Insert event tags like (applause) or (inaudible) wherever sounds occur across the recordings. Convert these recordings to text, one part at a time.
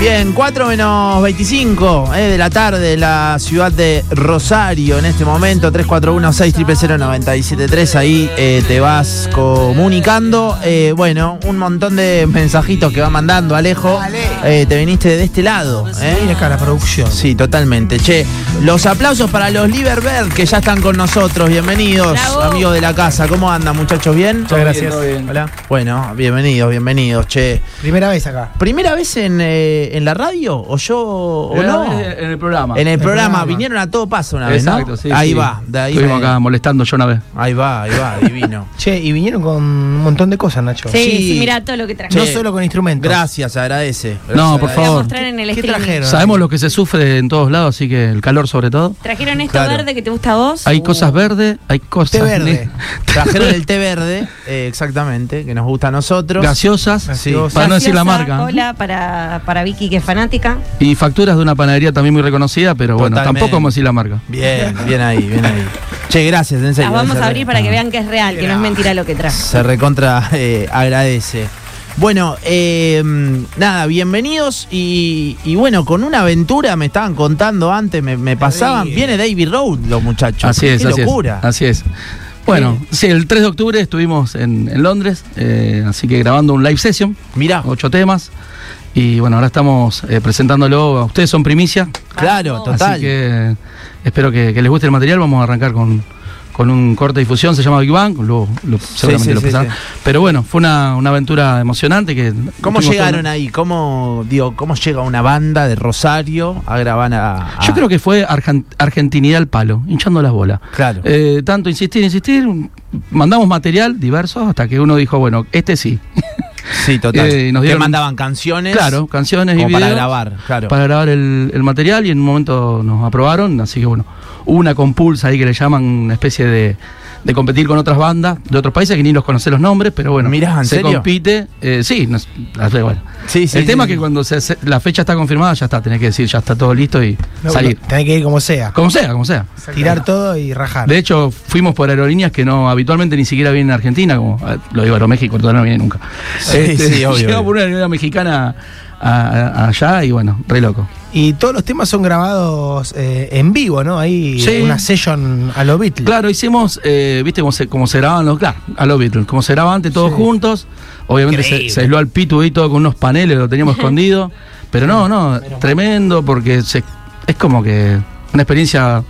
Bien, 4 menos 25 eh, de la tarde, la ciudad de Rosario en este momento, 341-600973, ahí eh, te vas comunicando. Eh, bueno, un montón de mensajitos que va mandando Alejo. Eh, te viniste de este lado. Mira ¿eh? acá la producción. Sí, totalmente. Che, los aplausos para los Liberbird que ya están con nosotros. Bienvenidos, Bravo. amigos de la casa. ¿Cómo andan, muchachos? ¿Bien? Muchas gracias. Hola. Bueno, bienvenidos, bienvenidos, che. Primera vez acá. ¿Primera vez en, eh, en la radio? ¿O yo? ¿O Pero no? no, eh, es En el programa. eh, En el El programa, programa. vinieron a todo paso una vez, Exacto, ¿no? sí. ahí sí. va, de ahí Estuvimos viene. acá molestando yo una vez. Ahí va, ahí va, (laughs) divino. Che, y vinieron con un montón de cosas, Nacho. Sí, Sí. sí, mira todo lo que trajo. No Che. solo con instrumentos. Gracias, agradece. Gracias, No, por Voy a agradece. favor. mostrar en el ¿Qué streaming. trajeron? Sabemos lo que se sufre en todos lados, así que el calor sobre todo. Trajeron esto Claro. verde que te gusta a vos. Uh. Hay cosas verdes, hay Té cosas verde. Trajeron el té verde, eh, exactamente, que nos gusta a nosotros. ne- gaseosas, Sí. para no decir la Gaseosa, marca. ¿eh? Cola para, para Vicky, que es fanática. Y facturas de una panadería también muy reconocida, pero bueno, Totalmente. tampoco vamos a decir la marca. Bien, bien ahí, bien ahí. Che, gracias, Ah. en serio. Las vamos se a re- abrir para Ah. que vean que es real, que no es mentira lo que trajo. Se recontra eh, agradece. Bueno, eh, nada, bienvenidos y, y bueno, con una aventura me estaban contando antes, me, me pasaban, David. viene David Road los muchachos. Así es, Qué así locura. es. Así es. Bueno, sí, el 3 de octubre estuvimos en, en Londres, eh, así que grabando un live session, Mirá, ocho temas. Y bueno, ahora estamos eh, presentándolo a ustedes, son primicia, claro, Vamos. total. Así que espero que, que les guste el material. Vamos a arrancar con, con un corte de difusión, se llama Big Bang. Luego lo- seguramente sí, lo sí, pasarán. sí. Pero bueno, fue una, una aventura emocionante. Que ¿Cómo tuvimos llegaron todo- ahí? ¿Cómo, digo, ¿Cómo llega una banda de Rosario a grabar a, a- Yo creo que fue argen- argentinidad al palo, hinchando las bolas. Claro. Eh, tanto insistir, insistir, mandamos material diverso hasta que uno dijo, bueno, este sí. sí, total. eh, nos Te dieron- mandaban canciones. (laughs) Claro, canciones y Como para videos. grabar, claro. para grabar el, el material y en un momento nos aprobaron, así que bueno, hubo una compulsa ahí que le llaman una especie de, de competir con otras bandas de otros países que ni los conocé los nombres, pero bueno, Mirá, ¿en se serio? compite, eh, sí, nos- hace igual. Sí, sí, el tema sí. es que cuando se hace- la fecha está confirmada ya está, tenés que decir, ya está todo listo y No, salir. Tenés que ir como sea. Como sea, como sea. Tirar todo y rajar. De hecho, fuimos por aerolíneas que no habitualmente ni siquiera vienen a Argentina, como eh, lo digo Aeroméxico, todavía no viene nunca. Este, Sí, (laughs) sí, obvio, Llegamos obvio. por una aerolínea mexicana a- a- allá y bueno, re loco. Y todos los temas son grabados eh, en vivo, ¿no? Ahí Sí. una session a los Beatles. Claro, hicimos, eh, viste, como se, como se grababan los, claro, a los Beatles, como se grababan antes todos juntos. Obviamente se, Increíble. se aisló al pitu ahí todo con unos paneles, lo teníamos escondido. Pero no, no, tremendo, porque se- es como que una experiencia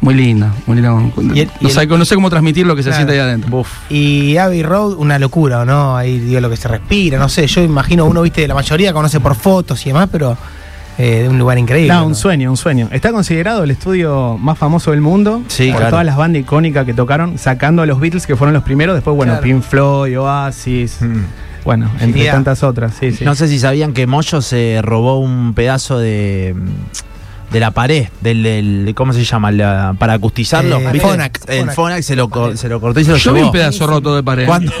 muy linda, muy linda. Y el- y no, sé, el- no sé cómo transmitir lo que se Claro. siente ahí adentro. Y Abbey Road, una locura, ¿o ¿no? Ahí digo lo que se respira, no sé. Yo imagino, uno, viste, la mayoría conoce por fotos y demás, pero eh, de un lugar increíble. No, un ¿no? sueño, un sueño. Está considerado el estudio más famoso del mundo Sí, por claro. todas las bandas icónicas que tocaron, sacando a los Beatles que fueron los primeros, después bueno, Pink Floyd, Oasis, Mm. bueno, entre Genial. tantas otras, sí, sí. No sé si sabían que Moyo se robó un pedazo de mm, de la pared, del, del- ¿cómo se llama? La- para acustizarlo. Eh, ¿viste? Fonac. El Fonac. Fonac se lo, co- se lo cortó y se lo Yo vi llevó. un pedazo roto de pared. Cuando-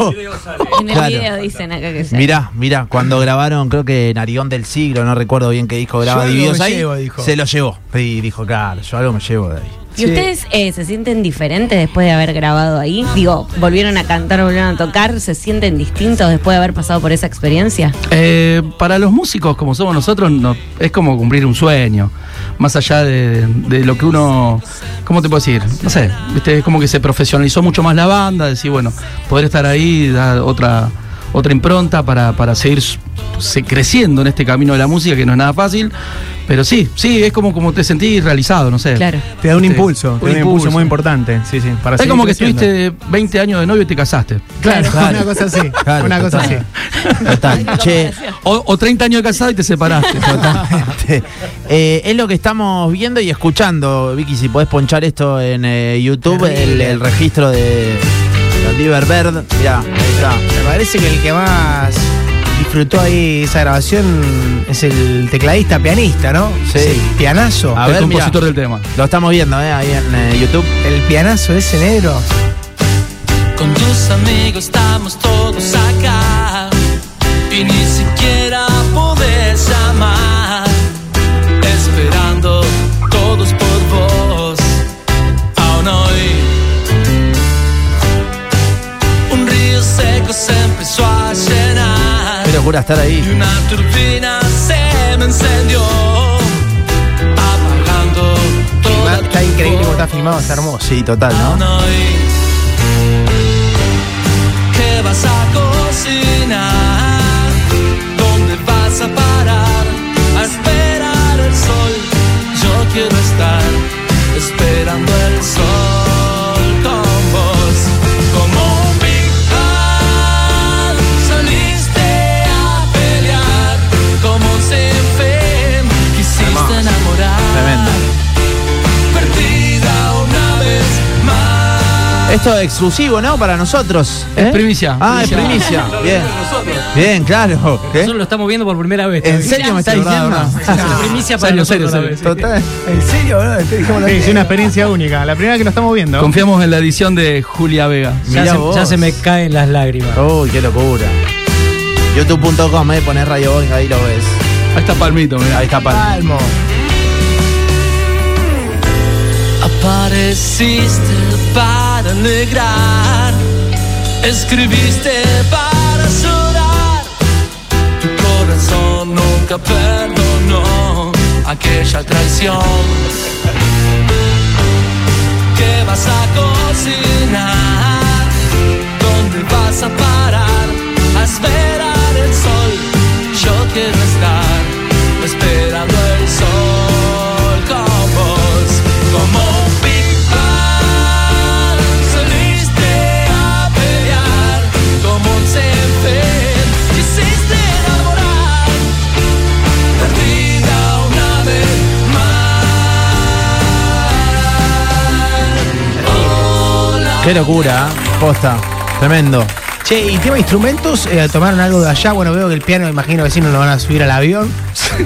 En el Claro. video dicen acá que sí. (laughs) Mirá, mirá, cuando grabaron, creo que Narigón del Siglo, no recuerdo bien qué disco graba Yo algo Divididos me ahí, llevo, dijo. se lo llevó. Y dijo, claro, yo algo me llevo de ahí. (laughs) ¿Y ustedes eh, se sienten diferentes después de haber grabado ahí? Digo, volvieron a cantar, volvieron a tocar, ¿se sienten distintos después de haber pasado por esa experiencia? Eh, para los músicos como somos nosotros, no- es como cumplir un sueño. Más allá de, de lo que uno. ¿Cómo te puedo decir? No sé. ¿viste? Es como que se profesionalizó mucho más la banda. Decir, bueno, poder estar ahí da otra, otra impronta para, para seguir s- se- creciendo en este camino de la música, que no es nada fácil. Pero sí, sí, es como, como te sentís realizado, no sé. Claro. Te da un Sí. impulso, te da un impulso muy importante, sí, sí. Para Es seguir como que creciendo. estuviste 20 años de novio y te casaste. Claro, Claro. una cosa así, Claro, una cosa así. total. Total. Che, O, o 30 años de casado y te separaste. Totalmente. Eh, es lo que estamos viendo y escuchando, Vicky, si podés ponchar esto en eh, YouTube, el, el registro de los Liverbird. Mirá, ahí está. Me parece que el que más disfrutó ahí esa grabación es el tecladista pianista, ¿no? Sí. Ese pianazo. A el ver, compositor mirá. del tema. Lo estamos viendo, eh, ahí en eh, YouTube. El pianazo ese negro. Con tus amigos estamos todos acá y ni siquiera podés llamar, esperando todos por vos, aún hoy. Un río seco se empezó a llenar Qué locura estar ahí. y una turbina se me encendió. está filmado, está hermoso. Sí, total, ¿no? hoy ¿Qué vas a cocinar? ¿Dónde vas a parar? A esperar el sol Yo quiero estar esperando el sol con vos Como un Big Bang Saliste a pelear Como un sin fin Quisiste enamorar Tremendo. Perdida una vez más Esto es exclusivo, ¿no? Para nosotros. ¿eh? Es primicia. Ah, es primicia. Bien. Bien, claro. ¿Eh? Nosotros lo estamos viendo por primera vez. ¿En serio me está diciendo? Es primicia para Serio, nosotros. serio, serio. (laughs) Total. ¿En serio, boludo? Te dijimos la Sí, es idea. una experiencia única. La primera que lo estamos viendo. Confiamos en la edición de Julia Vega. Ya, Mirá se, vos. ya se me caen las lágrimas. Uy, qué locura. YouTube.com, eh, poner Radio Boing, ahí lo ves. Ahí está Palmito, mirá. Ahí está Palma. Palmo. Apareciste para alegrar, escribiste para llorar. Tu corazón nunca perdonó aquella traición. ¿Qué vas a cocinar? ¿Dónde vas a parar? A esperar el sol. Yo quiero estar esperando el sol con vos. Como un Big Bang, saliste a pelear. Como un sinfín, quisiste enamorar. Perdida una vez más. Hola. Qué locura, ¿eh? Posta. Tremendo. Che, y tema instrumentos, eh, tomaron algo de allá. Bueno, veo que el piano, imagino que sí, no lo van a subir al avión.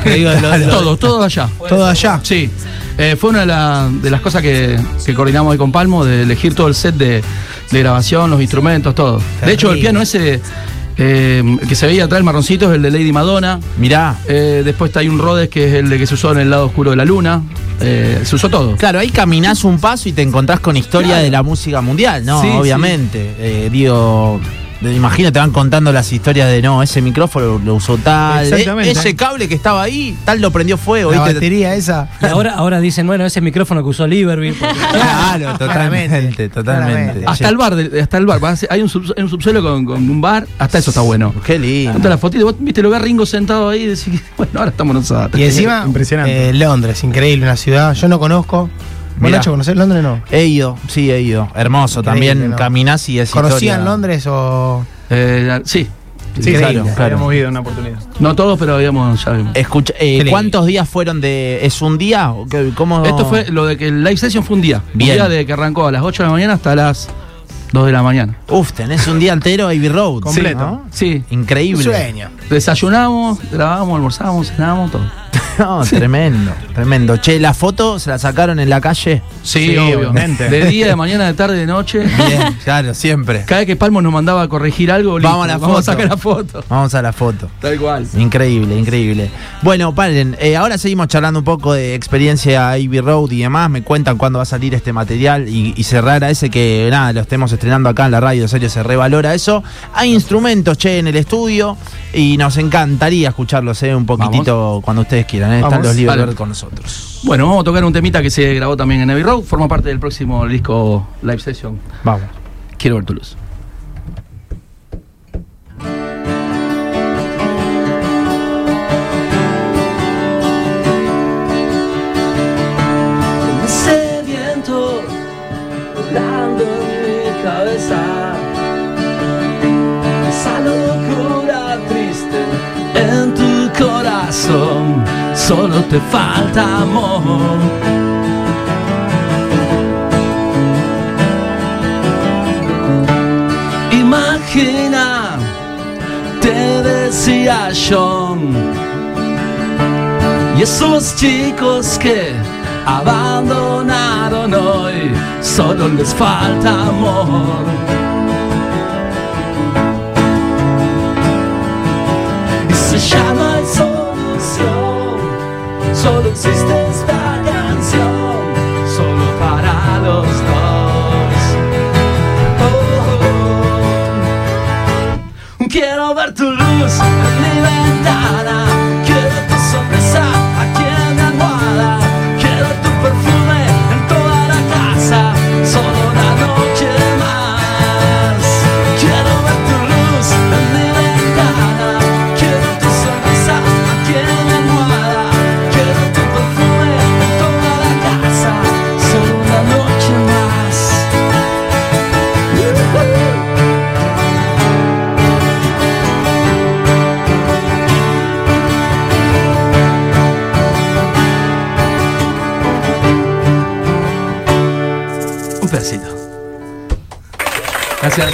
Te digo, lo- (laughs) lo- Todo, todo allá. todo allá. Sí, eh, fue una de, la- de las cosas que, que coordinamos hoy con Palmo, de elegir todo el set de, de grabación, los instrumentos, todo. De hecho, el Terrible. piano ese eh, que se veía atrás, el marroncito, es el de Lady Madonna. Mirá. Eh, después hay un Rhodes, que es el de que se usó en el lado oscuro de la luna. Eh, se usó todo. Claro, ahí caminás un paso y te encontrás con historia de la música mundial, ¿no? Sí, Obviamente. Eh, digo, de- imagino te van contando las historias de no, ese micrófono lo usó tal, e- Exactamente. ese cable que estaba ahí, tal lo prendió fuego, La ¿viste? batería esa. Y ahora, ahora dicen, bueno, ese micrófono que usó Liberville. porque- (laughs) Claro, totalmente, Claramente, totalmente. claramente. Hasta el bar, de- hasta el bar. Vas- Hay un, subs- hay un subsuelo con, con un bar, hasta eso está bueno. Qué lindo. Hasta la fotito, vos viste lo que a Ringo sentado ahí y decís, (laughs) bueno, ahora estamos nosotros. (laughs) Y encima, Impresionante. eh, Londres, increíble, una ciudad. Yo no conozco. ¿Vos, Mirá. Nacho, conocés Londres no? He ido, sí, he ido. Hermoso, Increíble, también ¿no? caminás y es historia. ¿Conocían Londres o.? Eh, sí. Sí, Increíble. claro, claro. Habíamos ido una oportunidad. No todos, pero habíamos, ya vimos. Escucha, eh, Qué lindo. ¿Cuántos días fueron de...? ¿Es un día? ¿O qué- ¿Cómo...? Esto fue lo de que el live session fue un día. Bien. Un día de que arrancó a las 8 de la mañana hasta las 2 de la mañana. Uf, tenés un día entero Ivy Road. Completo. ¿no? Sí. Increíble. Sueño. Desayunamos, grabamos, almorzamos, cenábamos, todo. (laughs) No, tremendo, tremendo. Che, la foto se la sacaron en la calle. Sí, Sí, obvio. obviamente. De día, de mañana, de tarde, de noche. Bien, claro, siempre. Cada vez que Palmo nos mandaba a corregir algo, Vamos a la vamos foto. a sacar la foto. Vamos a la foto. Tal cual. Increíble, increíble. Bueno, paren, eh, ahora seguimos charlando un poco de experiencia Ivy Road y demás. Me cuentan cuándo va a salir este material y, y cerrar a ese que, nada, lo estemos estrenando acá en la radio, en serio, se revalora eso. Hay instrumentos, che, en el estudio y nos encantaría escucharlos, eh, un poquitito cuando ustedes quieran. eh. Están Vamos. los libros Vale. con nosotros. Bueno, vamos a tocar un temita que se grabó también en Abbey Road. Forma parte del próximo disco Live Session. Vamos. Quiero ver tu luz. ese viento volando en mi cabeza. Esa locura triste en tu corazón, solo te falta amor. Imagina, te decía John. Y esos chicos que abandonaron hoy, solo les falta amor. Y se llama hay solución, solo existe esta canción, solo para los dos. Oh, oh, oh. Quiero ver tu luz en mi ventana Quiero tu sorpresa aquí en mi almohada Quiero tu perfume en toda la casa Gracias.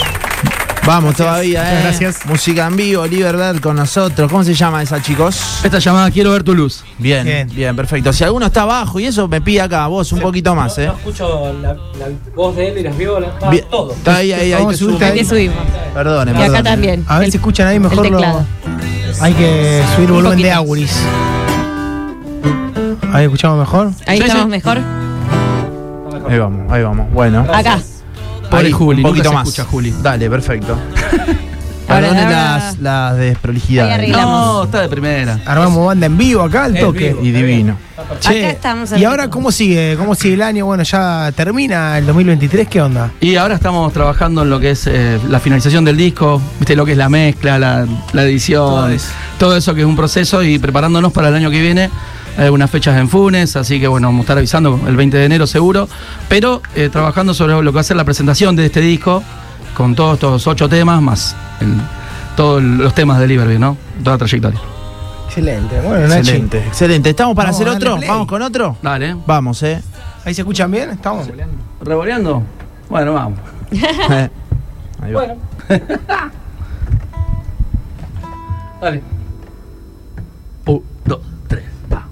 Vamos todavía, Muchas eh. gracias. Música en vivo, Libertad con nosotros. ¿Cómo se llama esa, chicos? Esta llamada Quiero ver tu luz. Bien, bien, Bien. perfecto. Si alguno está abajo y eso, me pide acá vos un poquito más, eh. escucho la, voz de él y las violas. Bien. Está ahí, ahí, ahí. Vamos te a subirte subo. ahí. que subimos. Perdonen, Y acá perdonen. también. A ver El- si escuchan ahí mejor el lo. teclado. Hay que subir el Un volumen de poquito. Auris. Ahí escuchamos mejor. Ahí Sí, estamos sí. mejor. Ahí vamos, ahí vamos. Bueno. Acá. Pobre Ahí, Juli, un nunca poquito se más. escucha Juli. Dale, perfecto. Ahora, Perdonen ahora- las, las Ahí desprolijidades. arriba. No, está de primera. Armamos banda en vivo acá al toque. Y divino. Acá estamos ¿Y en ahora vivo. cómo sigue? ¿Cómo sigue el año? Bueno, ya termina el 2023, ¿qué onda? Y ahora estamos trabajando en lo que es eh, la finalización del disco, viste lo que es la mezcla, la, la edición, todo eso. que es un proceso y preparándonos para el año que viene eh, unas fechas en Funes, así que bueno, vamos a estar avisando el 20 de enero seguro, pero eh, trabajando sobre lo que va a ser la presentación de este disco con todos estos ocho temas más el- todos los temas de Liberty, ¿no? Toda la trayectoria. Excelente. Bueno, Nachi. Excelente, excelente. ¿Estamos para Vamos, hacer dale otro? play. ¿Vamos con otro? Dale. Vamos, eh. ¿Ahí se escuchan bien? ¿Estamos? ¿Revoleando? Bueno, vamos. Ahí va. Dale. Un, dos, tres, va.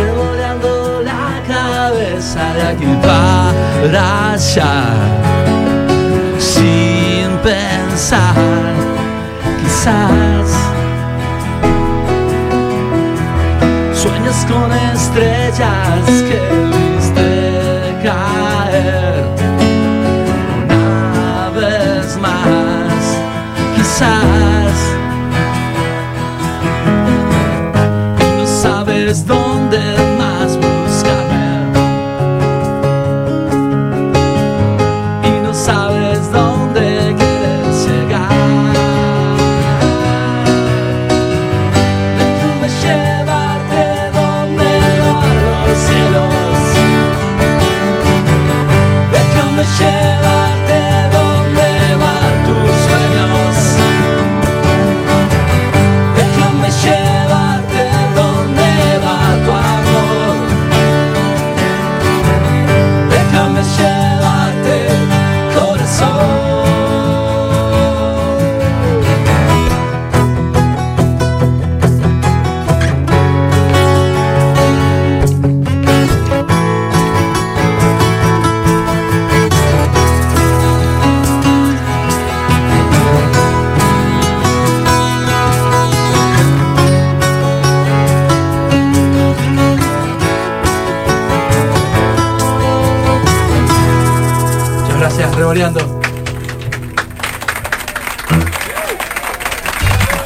Revoleando la cabeza de aquí para allá Sin pensar, quizás Sueñas con estrellas que viste caer Una vez más, quizás y no sabes dónde más buscarme y no sabes dónde quieres llegar déjame llevarte donde van los cielos déjame llevarte donde van tus sueños Déjame llevarte donde va tu amor. Déjame llevarte, corazón. Muchas gracias, revoleando.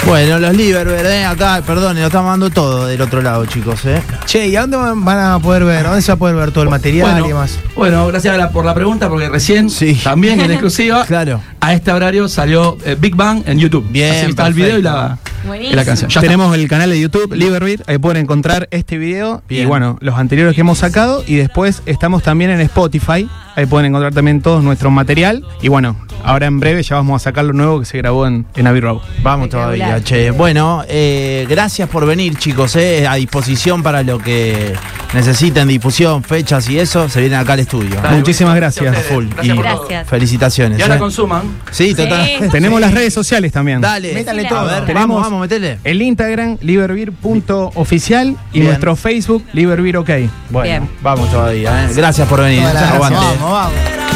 Bueno, los Liberver, eh, acá, perdón, lo estamos dando todo del otro lado, chicos, eh. Che, ¿y a dónde van van a poder ver? ¿A dónde se va a poder ver todo el material Bueno, y eh, demás? bueno, gracias a la- por la pregunta, porque recién, Sí. (laughs) también en exclusiva, Claro. a este horario salió eh, Big Bang en YouTube. Bien, Así que está el perfecto. video y la, y Buenísimo. la canción. Ya Tenemos el canal de YouTube, Liberbeat, ahí pueden encontrar este video y Bien. bueno, los anteriores que hemos sacado y después estamos también en Spotify, ahí pueden encontrar también todo nuestro material y bueno, ahora en breve ya vamos a sacar lo nuevo que se grabó en, en Abbey Road. Vamos Espectacular. todavía, che. Bueno, eh, gracias por venir, chicos, eh. A disposición para lo que necesiten, difusión, fechas y eso, se vienen acá al estudio. Dale, Muchísimas buenísimo. gracias. Full. Gracias Y por todo. Gracias. felicitaciones. Y ahora eh. consuman. Sí, total. Sí. Tenemos las redes sociales también. Dale. Métale A todo. ver, Tenemos- vamos, vamos, metele. El Instagram, liberbeer.oficial y Bien. nuestro Facebook, liberbeer ok. Bueno, Bien. vamos todavía, eh. Gracias por venir. Todas las gracias. Aguante. Vamos, vamos. Era